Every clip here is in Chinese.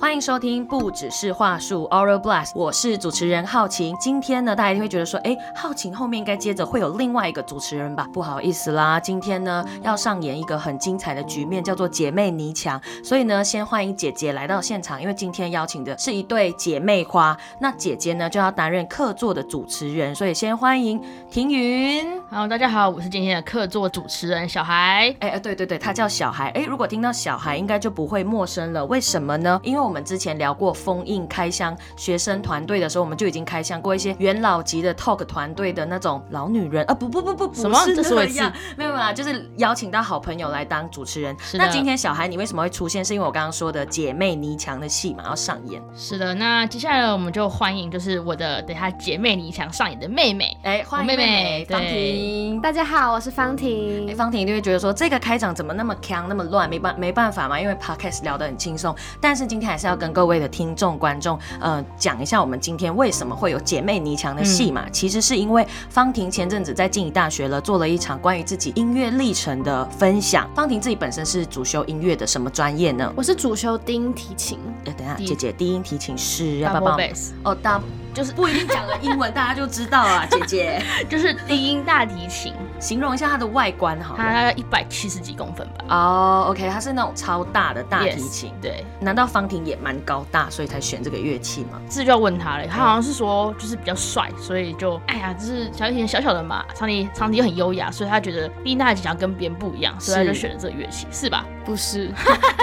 欢迎收听，不只是话术 Oral Blast，我是主持人浩晴。今天呢，大家一定会觉得说，哎，浩晴后面应该接着会有另外一个主持人吧？不好意思啦，今天呢要上演一个很精彩的局面，叫做姐妹泥墙。所以呢，先欢迎姐姐来到现场，因为今天邀请的是一对姐妹花，那姐姐呢就要担任客座的主持人，所以先欢迎庭云。好，大家好，我是今天的客座主持人小孩。哎、哎，对对对，他嗯叫小孩。哎，如果听到小孩，应该就不会陌生了。为什么呢？因为我们之前聊过封印开箱学生团队的时候，我们就已经开箱过一些元老级的 talk 团队的那种老女人啊，不不不不，不什么是再说那一次样，没有啦，就是邀请到好朋友来当主持人。是的那今天小孩你为什么会出现？是因为我刚刚说的姐妹泥墙的戏嘛，要上演。是的，那接下来我们就欢迎就是我的等一下姐妹李强上演的妹妹。哎，欢迎妹妹妹对方婷。大家好，我是方哎，婷。方婷一定会觉得说这个开场怎么那么强那么乱，没办没办法嘛，因为 podcast 聊得很轻松。但是今天还是要跟各位的听众观众，呃，讲一下我们今天为什么会有姐妹泥墙的戏嘛。其实是因为方婷前阵子在静宜大学了做了一场关于自己音乐历程的分享。方婷自己本身是主修音乐的什么专业呢？我是主修丁提琴，呃，等一下，低姐姐低音提琴师要不要 Double 帮我们？ bass 哦，大就是不一定讲了英文，大家就知道啊。姐姐，就是低音大提琴，形容一下它的外观好 它了。大概一百七十几公分吧。哦、o k 它是那种超大的大 Yes，提琴。对，难道方婷也蛮高大，所以才选这个乐器吗？这就要问他了。他好像是说就是比较帅，所以就哎呀，就是小提琴小小的嘛，长笛长笛又很优雅，所以他觉得低音大提琴要跟别人不一样，所以他是就选了这个乐器，是吧？不是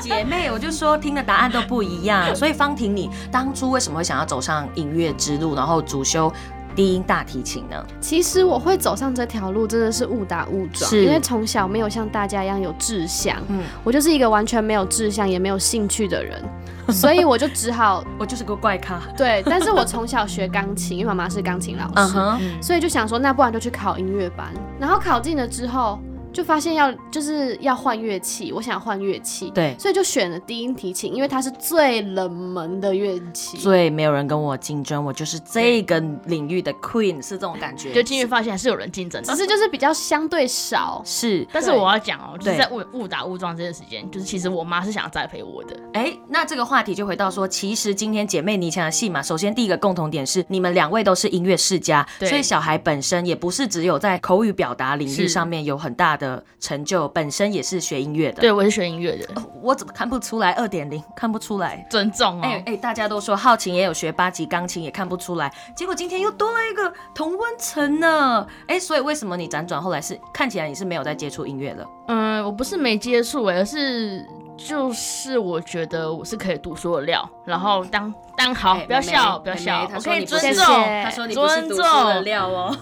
姐妹，我就说听的答案都不一 样。所以方婷，你当初为什么会想要走上音乐之路，然后主修低音大提琴呢？其实我会走上这条路，真的是误打误撞，是因为从小没有像大家一样有志向，嗯，我就是一个完全没有志向也没有兴趣的人，所以我就只好我就是个怪咖。对。但是我从小学钢琴，因为妈妈是钢琴老嗯 师，哼，所以就想说，那不然就去考音乐班。然后考进了之后，就发现要就是要换乐器，我想换乐器，对，所以就选了低音提琴，因为它是最冷门的乐器。最没有人跟我竞争，我就是这个领域的 queen，是这种感觉。。就进去发现还是有人竞争的只。是就是比较相对少是，但是对我要讲哦，就对是在误误打误撞这段时间，就是其实我妈是想要栽培我的，哎，那这个话题就回到说，其实今天姐妹泥墙的戏嘛，首先第一个共同点是你们两位都是音乐世家，对所以小孩本身也不是只有在口语表达领域是上面有很大的成就，本身也是学音乐的。对我是学音乐的，哦，我怎么看不出来？二点零看不出来。尊重哦。哎哎，大家都说浩琴也有学八级钢琴，也看不出来，结果今天又多了一个同温层呢。哎，所以为什么你辗转后来是看起来你是没有在接触音乐了？嗯，我不是没接触哎、而是就是我觉得我是可以读书的料，然后当当好，哎不要妹妹笑，不要妹妹笑，她我说可以你不尊是重，谢谢哎你不是读书尊重料哦，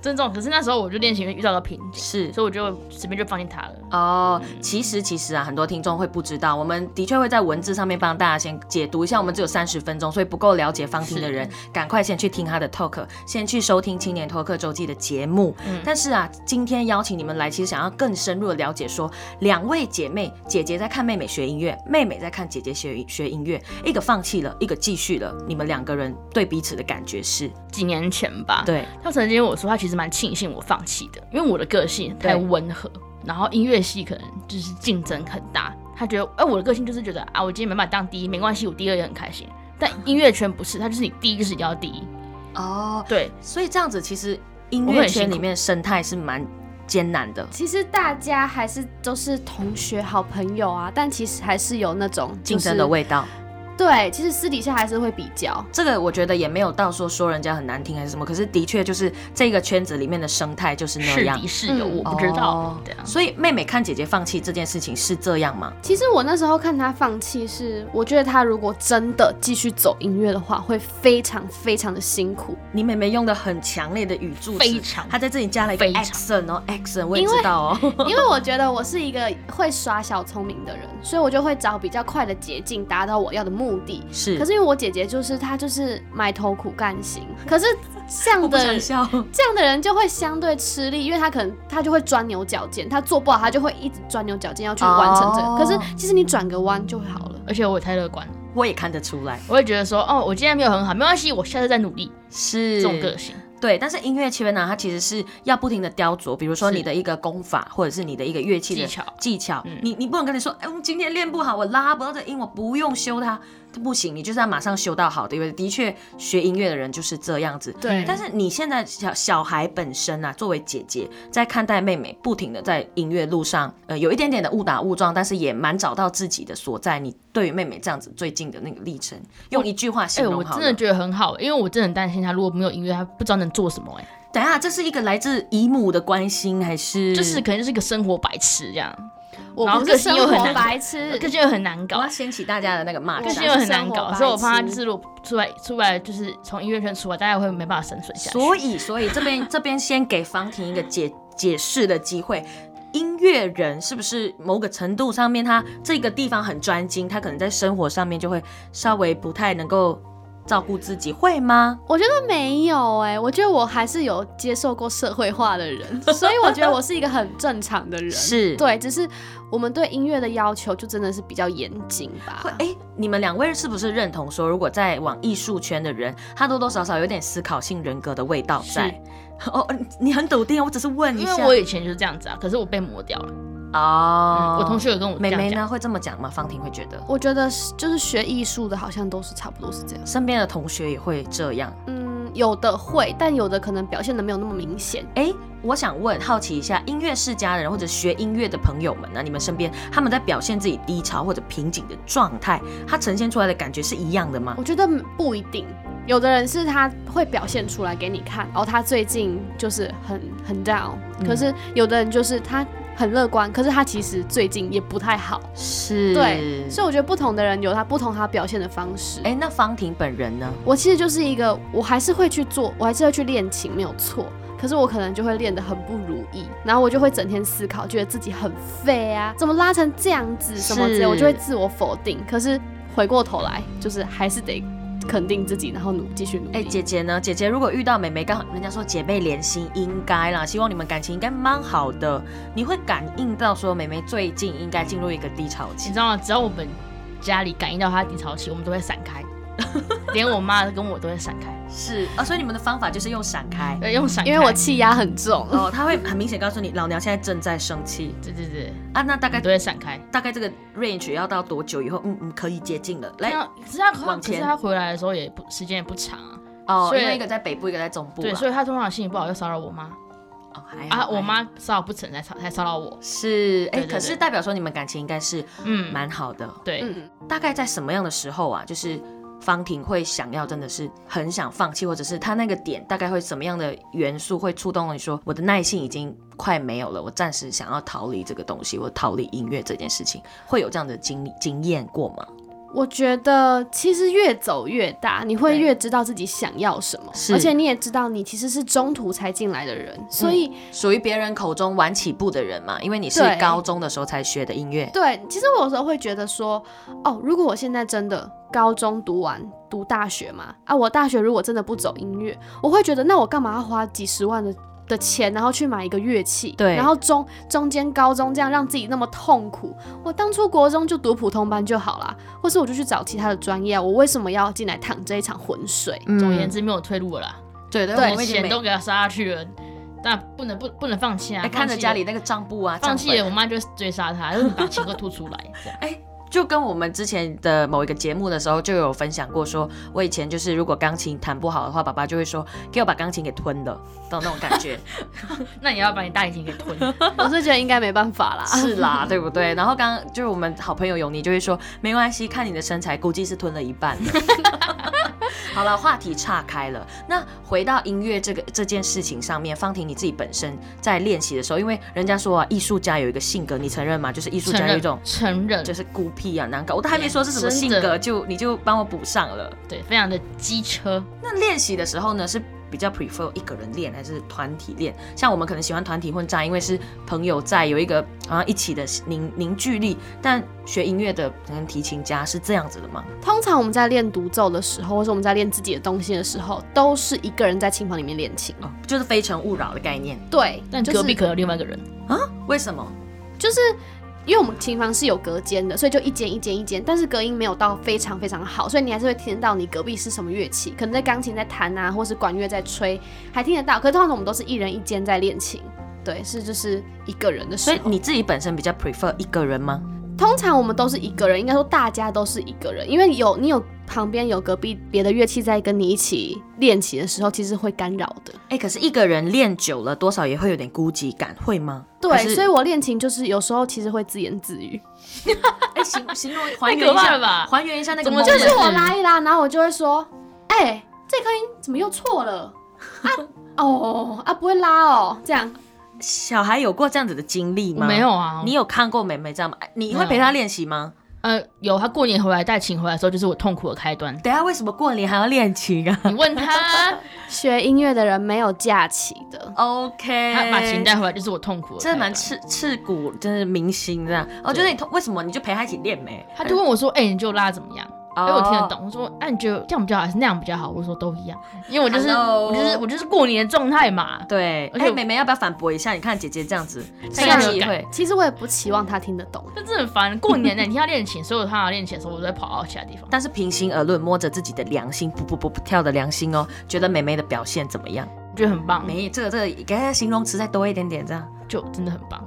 尊重。可是那时候我就练琴遇到了瓶 颈，是所以我就随便就放弃它了。哦，其实其实啊，很多听众会不知道，我们的确会在文字上面帮大家先解读一下。我们只有三十分钟，所以不够了解方婷的人，赶快先去听她的 talk，先去收听青年 talk 周记的节目。但是啊，今天邀请你们来，其实想要更深入的了解说，两位姐妹，姐姐在看妹妹学音乐，妹妹在看姐姐学学音乐，一个放弃了，一个继续了，你们两个人对彼此的感觉是几年前吧，对，他曾经跟我说，他其实蛮庆幸我放弃的，因为我的个性对太温和，然后音乐系可能就是竞争很大。他觉得，哎、我的个性就是觉得啊，我今天没办法当第一，没关系，我第二也很开心。但音乐圈不是，他就是你第一就是一定要第一。哦，对，所以这样子其实音我会乐很辛圈苦里面生态是蛮艰难的。其实大家还是都是同学、好朋友啊，但其实还是有那种竞争的问。味道，对，其实私底下还是会比较。这个我觉得也没有到说说人家很难听还是什么，可是的确就是这个圈子里面的生态就是那是样敌。是友，嗯我不知道。哦对啊，所以妹妹看姐姐放弃这件事情是这样吗？其实我那时候看他放弃是，我觉得他如果真的继续走音乐的话，会非常非常的辛 苦，你妹妹用的很强烈的语助词，非常她在这里加了一个非常 accent 哦，accent 我也因为知道哦。 因为我觉得我是一个会耍小聪明的人，所以我就会找比较快的捷径达到我要的目的。是，可是因为我姐姐就是她就是埋头苦干 型，可是这样我不的想笑。这样的人就会相对吃力，因为他可能他就会钻牛角尖，他做不好他就会一直钻牛角尖要去完成这个。哦可是其实你转个弯就会好了。而且我也太乐观了，我也看得出来，我会觉得说，哦，我今天没有很好，没关系，我下次再努力。是这种个性，对，但是音乐圈呢，它其实是要不停的雕琢，比如说是你的一个功法，或者是你的一个乐器的技巧技巧嗯你你不能跟你说，哎，我今天练不好，我拉不到这个音，我不用修它，它不行，你就是要马上修到好的，因为的确学音乐的人就是这样子。对但是你现在小小孩本身啊，作为姐姐，在看待妹妹，不停的在音乐路上，呃，有一点点的误打误撞，但是也蛮找到自己的所在。你对于妹妹这样子最近的那个历程，用一句话哎、形容我好真了。的觉得很好，因为我真的很担心他如果没有音乐，他不知道能做什么、哎，等一下，这是一个来自姨母的关心，还是就是可能就是一个生活白痴这样，我然后不个是性生又很活难 白痴，可是又很难我搞要，掀起大家的那个骂我个战性是又很难生活搞，白所以我怕他就痴是如果出来出来就是从音乐圈出来，大家会没办法生存下去。所以，所以这 边这边先给方婷一个解解释的机会。音乐人是不是某个程度上面，他这个地方很专精，他可能在生活上面就会稍微不太能够照顾自己，会吗？我觉得没有哎、我觉得我还是有接受过社会化 的人，所以我觉得我是一个很正常的人。是，对，只是我们对音乐的要求就真的是比较严谨啊会吧。哎、你们两位是不是认同说，如果在往艺术圈的人，他多多少少有点思考性人格的味道在？哦，你你很笃定，我只是问一因下。为我以前就是这样子啊，可是我被磨掉了。哦、嗯，我同学有跟我这美样眉讲，呢会这么讲吗？方婷会觉得我觉得是就是学艺术的，好像都是差不多是这样。身边的同学也会这样。嗯，有的会，但有的可能表现的没有那么明显。哎，我想问，好奇一下，音乐世家的人或者学音乐的朋友们呢、你们身边他们在表现自己低潮或者瓶颈的状态，它呈现出来的感觉是一样的吗？哦我觉得不一定，有的人是他会表现出来给你看，哦，他最近就是很很 down，、可是有的人就是他很乐观，可是他其实最近也不太好。是对，所以我觉得不同的人有他不同他表现的方式。哎，那方婷本人呢？我其实就是一个，我还是会去做，我还是会去练琴，没有错。可是我可能就会练得很不如意，然后我就会整天思考，觉得自己很废啊，怎么拉成这样子，什么之类，是我就会自我否定。可是回过头来，就是还是得肯定自己，然后努继续努力。哎，姐姐呢？姐姐如果遇到妹妹，刚好人家说姐妹连心，应该啦，希望你们感情应该蛮好的。你会感应到说妹妹最近应该进入一个低潮你期知，道吗？只要我们家里感应到他低潮期，我们都会闪 开，连我妈跟我都会闪开，是啊，所以你们的方法就是用闪开。对，用闪开，因为我气压很重，哦，他会很明显告诉你，老娘现在正在生气对对嗯对，啊。那大概都会闪开。大概这个 range 要到多久以后，嗯嗯，可以接近了。来这，样，可是他往可前是他回来的时候也不时间也不长啊，哦，所以因为一个在北部，一个在中部啦，啊对，所以他通常心情不好嗯又骚扰我妈哦还好啊，还我。好妈骚扰不成才骚才骚扰我，是，哎、对对对可是代表说你们感情应该是嗯，蛮好的。对，嗯，大概在什么样的时候啊，就是方婷会想要真的是很想放弃，或者是她那个点大概会什么样的元素会触动你说我的耐性已经快没有了，我暂时想要逃离这个东西，我逃离音乐这件事情，会有这样的经历经验过吗？我觉得其实越走越大，你会对越知道自己想要什么，是嗯而且你也知道你其实是中途才进来的人，所以属于别人口中晚起步的人嘛，因为你是对高中的时候才学的音乐，对，其实我有时候会觉得说，哦，如果我现在真的高中读完读大学嘛，啊，我大学如果真的不走音乐，我会觉得那我干嘛要花几十万的的钱，然后去买一个乐器，对然后中中间高中这样让自己那么痛苦，我当初国中就读普通班就好啦，或是我就去找其他的专业啊，我为什么要进来淌这一场浑水？ 总而嗯言，之没有退路了啦，对对，对我们已经钱没都给他杀下去了，但不能不不能放弃啊哎，，看着放弃家了里那个账簿啊，放账弃本了，我妈就追杀他，就是把钱都吐出来， 这样哎、就跟我们之前的某一个节目的时候就有分享过说，我以前就是如果钢琴弹不好的话，爸爸就会说给我把钢琴给吞了，到那种感觉，那也要把你大眼睛给 吞。我是觉得应该没办法 啦。啊是 啦，对不对？然后刚刚就是我们好朋友永妮就会说，没关系，看你的身材，估计是吞了一 半。好了，话题岔开了。那回到音乐这个这件事情上面，方婷你自己本身在练习的时候，因为人家说啊，艺术家有一个性格，你承认吗？就是艺术承家有认一种承认就，是孤僻啊、难搞。我都还没说是什么真性的格，就你就帮我补上了。对，非常的机车，那练习的时候呢，是比较 prefer 一个人练还是团体练？像我们可能喜欢团体混战，因为是朋友在，有一个好像一起的凝凝聚力。但学音乐的可能提琴家是这样子的吗？通常我们在练独奏的时候，或是我们在练自己的东西的时候，都是一个人在琴房里面练琴。哦，就是非诚勿扰的概念。对，但就是隔壁可能有另外一个人，为什么？就是因为我们琴房是有隔间的，所以就一间一间一间，但是隔音没有到非常非常好，所以你还是会听得到你隔壁是什么乐器，可能在钢琴在弹啊，或是管乐在吹，还听得到。可是通常我们都是一人一间在练琴，对，是就是一个人的时所候。以你自己本身比较 prefer 一个人吗？通常我们都是一个人，应该说大家都是一个人，因为有你有旁边有隔壁别的乐器在跟你一起练琴的时候，其实会干扰的。哎、可是一个人练久了，多少也会有点孤寂感，会吗？还对，是所以我练琴就是有时候其实会自言自语，哎、形形容还太原可一怕下了，吧？还原一下那个怎么 moment，就就是是我拉一拉，然后我就会说，哎、这颗音怎么又错了啊？哦啊，不会拉哦，这样小孩有过这样子的经历吗？没、有啊，你有看过妹妹这样吗？哎你会没有陪她练习吗？呃有他过年回来带琴回来的时候，就是我痛苦的开端。等一下为什么过年还要练琴啊你 问他，学音乐的人没有假期的。 ？OK，他把琴带回来就是我痛苦的开哎真的端。蛮刺刺骨，真是明星这样。哦，就是你同为什么你就陪她一起练没？他就问我说：“哎、你就拉怎么样？”哦哎、我听得懂。我说：“哎、你觉得这样比较好，还是那样比较好？”我说：“都一样，因为我就是 Hello 我就是我就是过年的状态嘛。哦对，而而且且、妹妹要不要反驳一下？你看姐姐这样子，太她应该有也感会。其实我也不期望他听得懂，但是很烦，过年呢，你要练琴，所以我通常练琴的时候，我都会跑到其他地方。但是平心而论，摸着自己的良心，不不不不跳的良心哦，觉得妹妹的表现怎么样？我觉得很棒，没，这个这个，给她形容词再多一点点，这样。就真的很棒。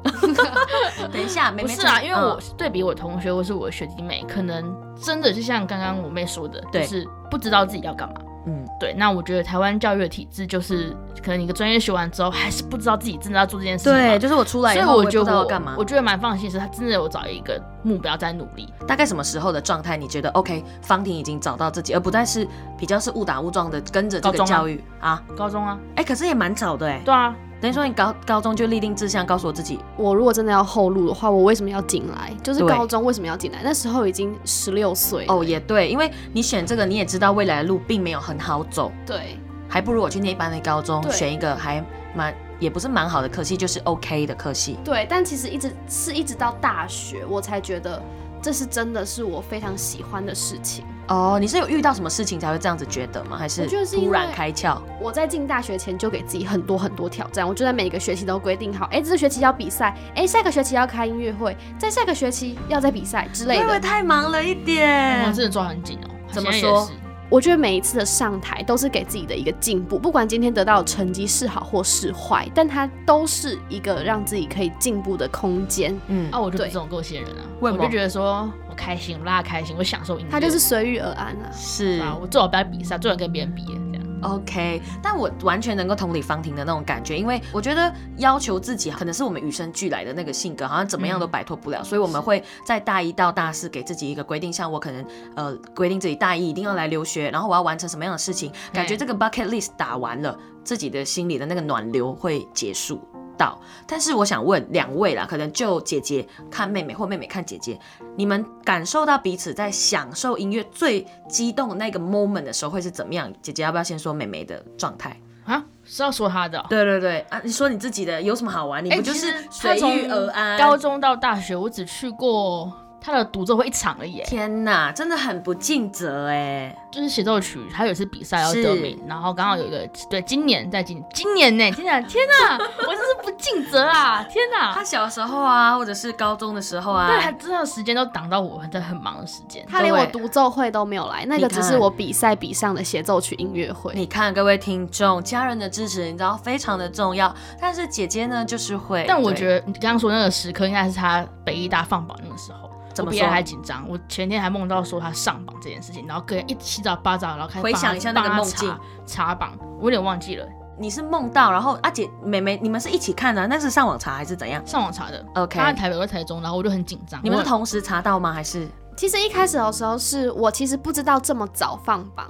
等一下，妹不妹是啊，这因为我对比我同学或是我学弟妹，可能真的是像刚刚我妹说的，就对是不知道自己要干嘛。嗯对，那我觉得台湾教育的体制就是，可能你个专业学完之后，还是不知道自己真的要做这件事情嘛。对，就是我出来以所以后，我也不觉知得道我要干嘛我。觉得蛮放心，是他真的有找一个目标在努力。大概什么时候的状态，你觉得 OK？方婷已经找到自己，而不再是比较是误打误撞的跟着这高个中啊教育啊。高中啊，哎、可是也蛮早的哎、对啊，等于说你高高中就立定志向，告诉我自己我如果真的要后路的话，我为什么要进来？就是对高中为什么要进来？那时候已经十六岁了哦，也对，因为你选这个，你也知道未来的路并没有很好走，对，还不如我去念一般的高中，对选一个还蛮也不是蛮好的科系，就是 OK 的科系。对，但其实一直是一直到大学，我才觉得这是真的是我非常喜欢的事情。哦，你是有遇到什么事情才会这样子觉得吗？还是我觉得是因突然为开窍？我在进大学前就给自己很多很多挑战，我就在每个学期都规定好，哎，这个学期要比赛，哎，下个学期要开音乐会，在下个学期要再比赛之类我以为的。太忙了一我点。真的抓很紧哦。哎怎么现在也说是？我觉得每一次的上台都是给自己的一个进步，不管今天得到的成绩是好或是坏，但它都是一个让自己可以进步的空间。嗯啊，，我就不对是这种个性的人啊，为什我么就觉得说我开心，我拉开心，我享受音乐。它就是随遇而安啊。是啊，我最好不要比赛，最好跟别人比这样。 OK，但我完全能够同理方婷的那种感觉，因为我觉得要求自己可能是我们与生俱来的那个性格，好像怎么样都摆脱不了，所以我们会在大一到大四给自己一个规定，像我可能呃规定自己大一一定要来留学，然后我要完成什么样的事情，感觉这个 bucket list 打完了，自己的心里的那个暖流会结束。到，但是我想问两位啦，可能就姐姐看妹妹或妹妹看姐姐，你们感受到彼此在享受音乐最激动的那个 moment 的时候会是怎么样？姐姐要不要先说妹妹的状态？啊，是要说他的哦。对对对啊，你说你自己的有什么好玩？你哎不就其是实随他遇从而安？高中到大学，我只去过他的独奏会一场而已耶，天哪，真的很不尽责哎、就是协奏曲，他有一次比赛要是得名，然后刚好有一个对，今年在今今年呢，天哪，天哪， 我真是不尽责啊，天哪！他小时候啊，或者是高中的时候啊，但还真的时间都挡到我在很忙的时间。他连我对独奏会都没有来，那你个只是看我比赛比上的协奏曲音乐会。你看各位听众，家人的支持你知道非常的重要，但是姐姐呢就是会，但我对觉得你刚刚说那个时刻，应该是他北医大放榜那个时候，怎我么比说他还紧张。我前天还梦到说他上榜这件事情，然后跟人一起找八早，然后开始回帮想他一下那个帮他梦境查查榜，我有点忘记了，你是梦到，然后啊姐妹妹你们是一起看的、啊，那是上网查还是怎样上网查的。 ？OK，他在台北，我在台中，然后我就很紧张。你们我是同时查到吗？还是其实一开始的时候是我其实不知道这么早放榜，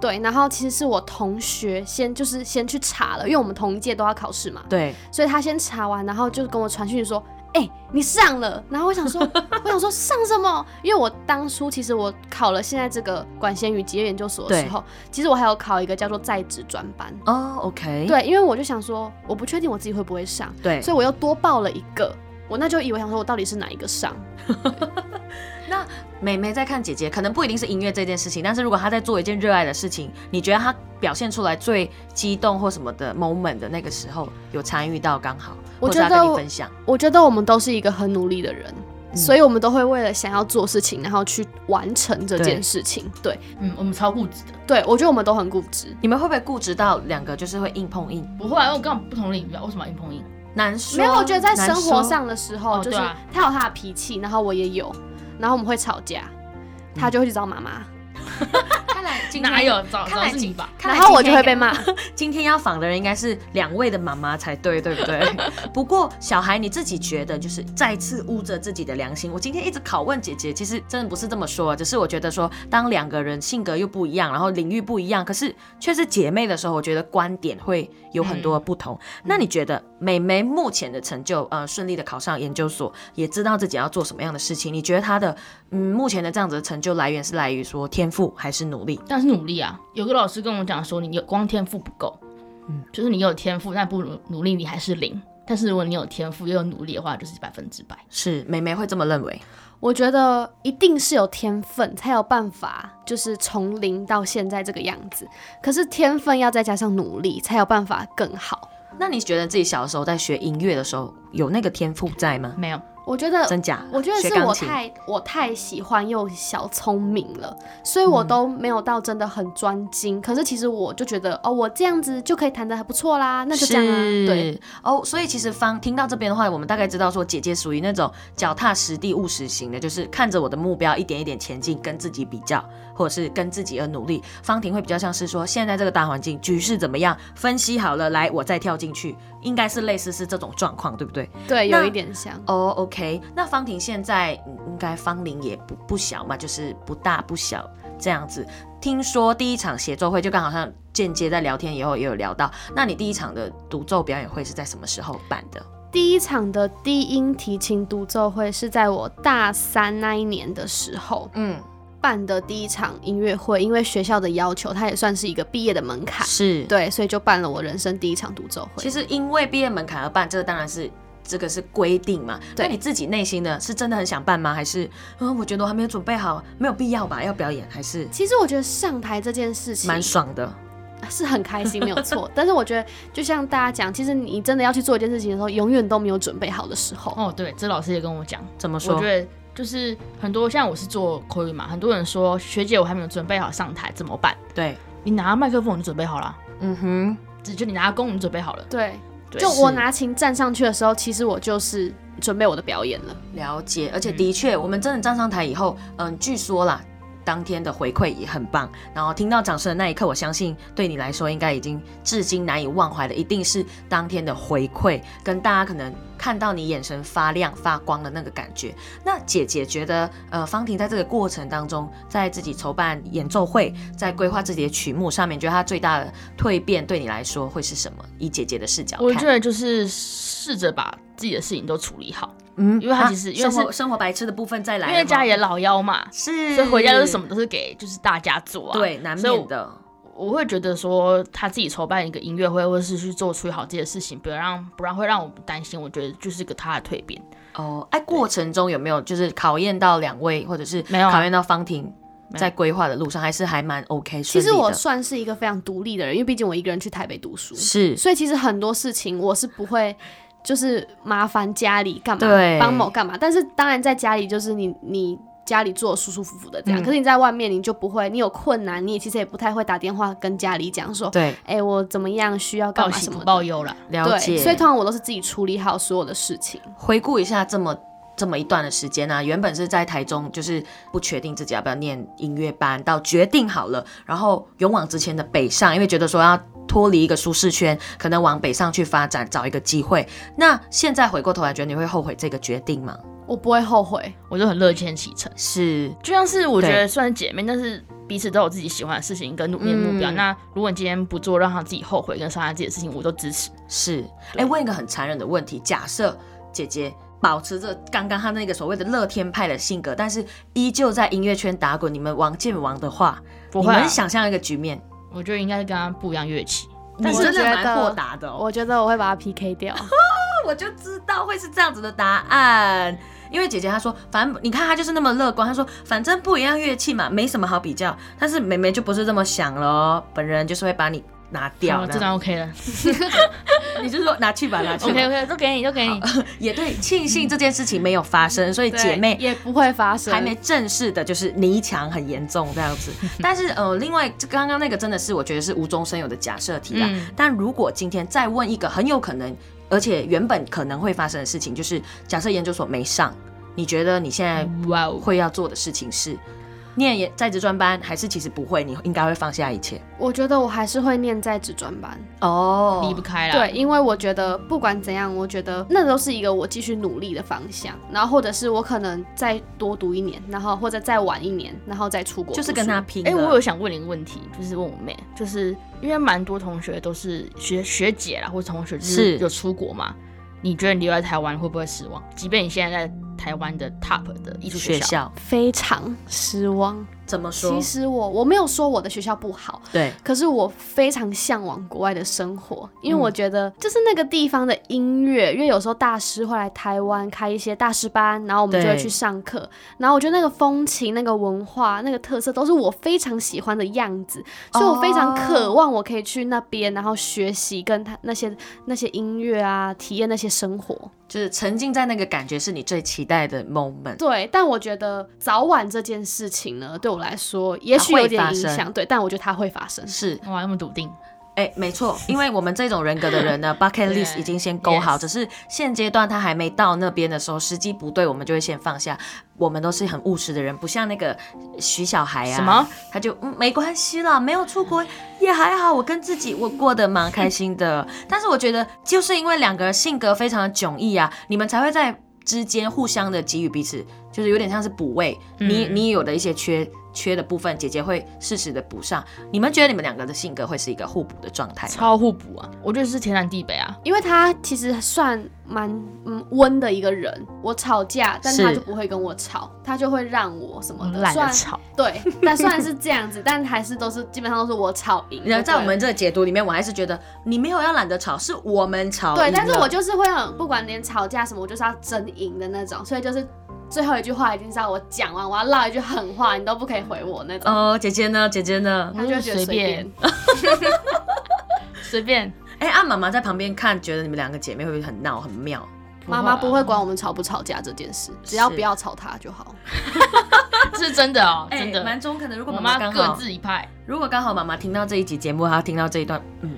对，然后其实是我同学先就是先去查了，因为我们同一届都要考试嘛，对？所以他先查完，然后就跟我传讯说。哎、你上了，然后我想说，我想说上什么？因为我当初其实我考了现在这个管弦与职业研究所的时候，其实我还有考一个叫做在职专班，哦，OK，对，因为我就想说，我不确定我自己会不会上，对所以我又多报了一个，我那就以为想说我到底是哪一个上，妹妹在看姐姐，可能不一定是音乐这件事情，但是如果她在做一件热爱的事情，你觉得她表现出来最激动或什么的 moment 的那个时候，有参与到刚好，我或者她觉得跟你我分享，我觉得我们都是一个很努力的人，嗯所以我们都会为了想要做事情，然后去完成这件对事情。对，嗯，我们超固执的，对我觉得我们都很固执。你们会不会固执到两个就是会硬碰硬？不会、啊，因为我刚好不同领域啊，为什么要硬碰硬？难说。没有，我觉得在生活难说上的时候，哦就是对啊他有他的脾气，然后我也有，然后我们会吵架，嗯他就会去找妈妈，看来今天哪有？早看早来是你吧？看然来后我今就天会被骂。 今天要访的人应该是两位的妈妈才对，对不对？ 不过小孩你自己觉得，就是再次捂着自己的良心。我今天一直拷问姐姐，其实真的不是这么说，只是我觉得说，当两个人性格又不一样，然后领域不一样，可是却是姐妹的时候，我觉得观点会有很多的不同。嗯那你觉得美眉目前的成就，呃，顺利的考上研究所，也知道自己要做什么样的事情？你觉得她的嗯目前的这样子的成就来源是来于说天赋还是努力？但是努力啊，有个老师跟我讲说，你有光天赋不够，嗯，就是你有天赋，但不努努力你还是零。但是如果你有天赋又有努力的话，就是百分之百。是美眉会这么认为？我觉得一定是有天分才有办法，就是从零到现在这个样子。可是天分要再加上努力，才有办法更好。那你觉得自己小时候在学音乐的时候有那个天赋在吗？没有，我觉得真假？呃我觉得学是钢我琴太我太喜欢又小聪明了，所以我嗯都没有到真的很专精。可是其实我就觉得哦，我这样子就可以弹得还不错啦，那就这样啊。对，是哦，所以其实方听到这边的话，我们大概知道说姐姐属于那种脚踏实地务实型的，就是看着我的目标一点一点前进，跟自己比较，或者是跟自己而努力。方婷会比较像是说现在这个大环境局势怎么样，分析好了，来我再跳进去，应该是类似是这种状况，对不对？对，那有一点像。哦、o k 那方婷现在嗯应该芳龄也不不小嘛，就是不大不小这样子。听说第一场协奏会就刚好像间接在聊天以后也有聊到，那你第一场的独奏表演会是在什么时候办的？第一场的低音提琴独奏会是在我大三那一年的时候嗯，办的第一场音乐会，因为学校的要求，它也算是一个毕业的门槛，是。对，所以就办了我人生第一场独奏会其。实因为毕业门槛而办，这个当然是。这个是规定嘛？对那你自己内心的是真的很想办吗？还是嗯，我觉得我还没有准备好，没有必要吧？要表演还是其实我觉得上台这件事情蛮爽的。 是很开心，没有错。 但是我觉得，就像大家讲，其实你真的要去做一件事情的时候，永远都没有准备好的时候。哦，对，这老师也跟我讲，怎么我说觉？得就是很多，像我是做口语嘛，很多人说学姐我还没有准备好上台怎么办？对，你拿麦克风你就准备好了，嗯哼，只就你拿弓你准备好了，对，对就我拿琴站上去的时候，其实我就是准备我的表演了。了解，而且嗯的确，我们真的站上台以后，嗯，据说啦，当天的回馈也很棒。然后听到掌声的那一刻，我相信对你来说应该已经至今难以忘怀的，一定是当天的回馈，跟大家可能看到你眼神发亮发光的那个感觉。那姐姐觉得，呃，方婷在这个过程当中，在自己筹办演奏会，在规划自己的曲目上面，你觉得她最大的蜕变对你来说会是什么？以姐姐的视角看，我觉得就是试着把自己的事情都处理好，嗯因为她啊其实因为生是活生活白痴的部分再来因了吗，为家里的老幺嘛，是，所以回家就是什么都是给就是大家做啊。对，难所以免的。我会觉得说他自己筹办一个音乐会，或者是去做处理好自己的事情，不要让不然会让我们担心。我觉得就是个他的蜕变，哦，哎，过程中有没有就是考验到两位，或者是没有啊考验到方婷有在规划的路上，还是还蛮 OK 其顺利实的。我算是一个非常独立的人，因为毕竟我一个人去台北读书，是所以其实很多事情我是不会。就是麻烦家里干嘛对，帮某干嘛，但是当然在家里就是你你家里做得舒舒服服的这样，嗯可是你在外面你就不会，你有困难你也其实也不太会打电话跟家里讲说，对哎、我怎么样需要干报嘛喜什么不的报忧啦。了对，解。所以通常我都是自己处理好所有的事情。回顾一下这么这么一段的时间呢、原本是在台中，就是不确定自己要不要念音乐班，到决定好了，然后勇往直前的北上，因为觉得说要脱离一个舒适圈，可能往北上去发展，找一个机会。那现在回过头来，觉得你会后悔这个决定吗？我不会后悔，我就很乐见其成。是就像是我觉对得虽然姐妹，但是彼此都有自己喜欢的事情跟努力的目标。嗯那如果你今天不做让他自己后悔跟伤害自己的事情，我都支持。是，哎、对问一个很残忍的问题：假设姐姐保持着刚刚她那个所谓的乐天派的性格，但是依旧在音乐圈打滚，你们王见王的话，不你会、啊们，想象一个局面，我觉得应该跟他不一样乐器。你我真的觉蛮得豁达的哦。我觉得我会把它 PK 掉。我就知道会是这样子的答案。因为姐姐她说，反正你看她就是那么乐观，她说反正不一样乐器嘛，没什么好比较。但是妹妹就不是这么想了哦，本人就是会把你拿好掉了，这这样。张 OK 了你就说拿去吧，拿去吧。 ，OK OK，都给你，都给你。也对，庆幸这件事情没有发生，所以 对姐妹也不会发生，还没正式的就是泥墙很严重这样 子。但是呃，另外这刚刚那个真的是我觉得是无中生有的假设题啦。嗯但如果今天再问一个很有可能，而且原本可能会发生的事情，就是假设研究所没上，你觉得你现在哇哦，会要做的事情是念研在职专班，还是其实不会？你应该会放下一切我觉得我还是会念在职专班，哦离不开了。对，，因为我觉得不管怎样，我觉得那都是一个我继续努力的方向。然后或者是我可能再多读一年，然后或者再晚一年，然后再出国就读书，是跟他拼了。哎、我有想问你一个问题，就是问我妹，就是因为蛮多同学都是学学姐啦，或者同学就是是有出国嘛，你觉得你留在台湾会不会失望？即便你现在在台湾的 top 的艺术学校，校非常失望。怎么说其？实我我没有说我的学校不好，对，可是我非常向往国外的生活，因嗯为我觉得就是那个地方的音乐，因为有时候大师会来台湾开一些大师班，然后我们就会对去上课，然后我觉得那个风情、那个文化、那个特色都是我非常喜欢的样子，哦所以我非常渴望我可以去那边，然后学习跟他那些那些音乐啊，体验那些生活。就是沉浸在那个感觉是你最期待的 moment。对，但我觉得早晚这件事情呢，对我来说也许它会有点发影生响，对，但我觉得它会发生。是，哇，那么笃定，哎、没 错，因为我们这种人格的人呢，bucket 对 list 已经先勾好， yes 只是现阶段他还没到那边的时候，时机不对，我们就会先放下。我们都是很务实的人，不像那个徐小孩啊，什么？他就嗯没关系啦，没有出国也还好，我跟自己我过得蛮开心 的。但是我觉得就是因为两个人性格非常的迥异啊，你们才会在之间互相的给予彼此，就是有点像是补位，嗯你你有的一些缺缺的部分，姐姐会适时的补上。你们觉得你们两个的性格会是一个互补的状态吗？超互补啊！我觉得是天南地北啊。因为他其实算蛮嗯温的一个人，我吵架，但是他就不会跟我吵，他就会让我什么我嗯的。懒虽得然吵，对， 但虽然是这样子，但还是都是基本上都是我吵赢。然后在我对们这个解读里面，我还是觉得你没有要懒得吵，是我们吵赢了。对，但是我就是会很不管连吵架什么，我就是要争赢的那种，所以就是最后一句话一定是要我讲完，我要唠一句狠话，你都不可以回我那种。哦，姐姐呢？姐姐呢？他就会觉随得随嗯便，啊随便。哎、啊，妈妈在旁边看，觉得你们两个姐妹会不会很闹很妙？妈妈啊不会，管我们吵不吵架这件事，只要是不要吵他就好。这是真的哦，哎真的。蛮中肯的。如果我妈妈妈刚各好，自一派，如果刚好妈妈听到这一集节目，她听到这一段，嗯，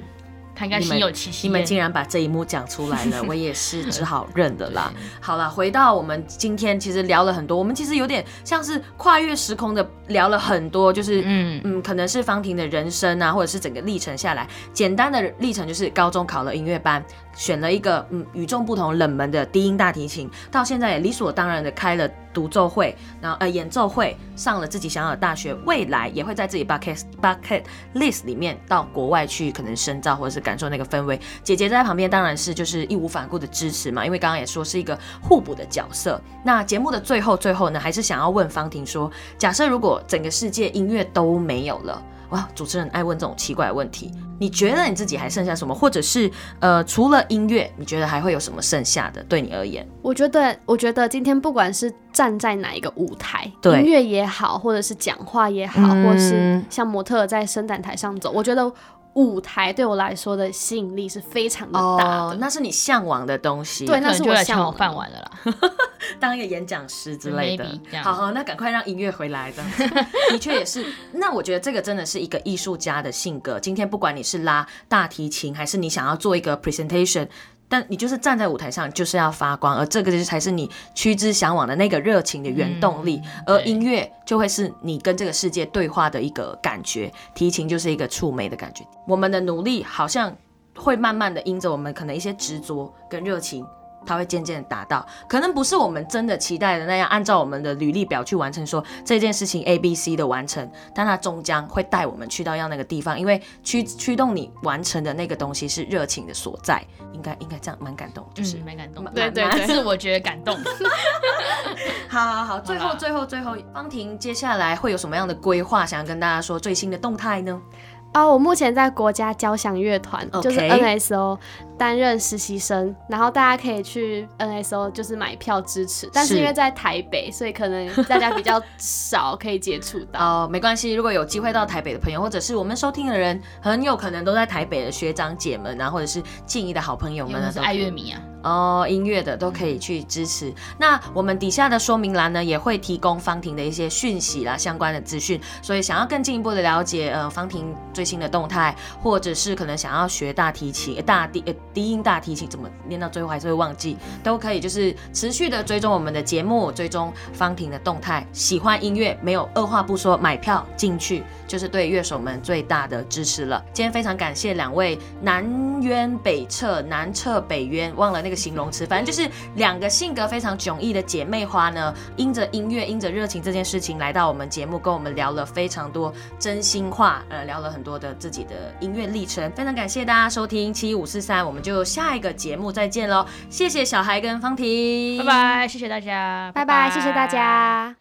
她应该你们心有戚戚你焉。们竟然把这一幕讲出来了，我也 是只好认了啦。好了，回到我们今天，其实聊了很多，我们其实有点像是跨越时空的聊了很多，就是嗯。嗯，嗯，可能是方婷的人生啊，或者是整个历程下来，简单的历程就是高中考了音乐班，选了一个嗯与众不同、冷门的低音大提琴，到现在也理所当然的开了独奏会，然后呃演奏会，上了自己想要的大学，未来也会在自己 bucket bucket list 里面到国外去可能深造或者是感受那个氛围。姐姐在旁边当然是就是义无反顾的支持嘛，因为刚刚也说是一个互补的角色。那节目的最后最后呢，还是想要问方婷说，假设如果整个世界音乐都没有了。哇，主持人爱问这种奇怪的问题。你觉得你自己还剩下什么，或者是呃，除了音乐，你觉得还会有什么剩下的？对你而言，我觉得，我觉得今天不管是站在哪一个舞台，对音乐也好，或者是讲话也好，嗯或是像模特儿在伸展台上走，我觉得舞台对我来说的吸引力是非常的大的。哦那是你向往的东西。对可能那是就我来向抢我往的饭碗了啦。当一个演讲师之类的 Maybe，这。样好好，那赶快让音乐回来，这样子 的确也是。那我觉得这个真的是一个艺术家的性格。今天不管你是拉大提琴，还是你想要做一个 presentation。但你就是站在舞台上，就是要发光，而这个就是才是你趋之向往的那个热情的原动力，嗯而音乐就会是你跟这个世界对话的一个感觉，提琴就是一个触媒的感觉。我们的努力好像会慢慢的因着我们可能一些执着跟热情，它会渐渐地达到，可能不是我们真的期待的那样，按照我们的履历表去完成说这件事情 A、B、C 的完成，但它终将会带我们去到要那个地方，因为驱驱动你完成的那个东西是热情的所在，应该应该这样蛮感动，就是、嗯蛮感动的，对对蛮对自我觉得感动。好好好，最好后啦最后最后，方婷接下来会有什么样的规划想要跟大家说最新的动态呢？啊、我目前在国家交响乐团 OK 就是 NSO 担任实习生，然后大家可以去 NSO 就是买票支持，但是是因为在台北，所以可能大家比较少可以接触 到。哦，没关系，如果有机会到台北的朋友，或者是我们收听的人，很有可能都在台北的学长姐们啊，或者是静怡的好朋友因们为啊，我是都可爱以乐迷啊，哦，音乐的都可以去支持。那我们底下的说明栏呢，也会提供方婷的一些讯息啦，相关的资讯。所以想要更进一步的了解，呃，方婷最新的动态，或者是可能想要学大提琴、呃大低呃低音大提琴怎么练到最后还是会忘记，都可以就是持续的追踪我们的节目，追踪方婷的动态。喜欢音乐，没有二话不说，买票进去就是对乐手们最大的支持了。今天非常感谢两位南渊北辙、南辙北渊，忘了那个形容词，反正就是两个性格非常迥异的姐妹花呢，因着音乐、因着热情这件事情来到我们节目，跟我们聊了非常多真心话，呃，聊了很多的自己的音乐历程。非常感谢大家收听七五四三，我们就下一个节目再见喽！谢谢小孩跟方婷，拜。拜，谢谢大家，拜拜，谢谢大。家。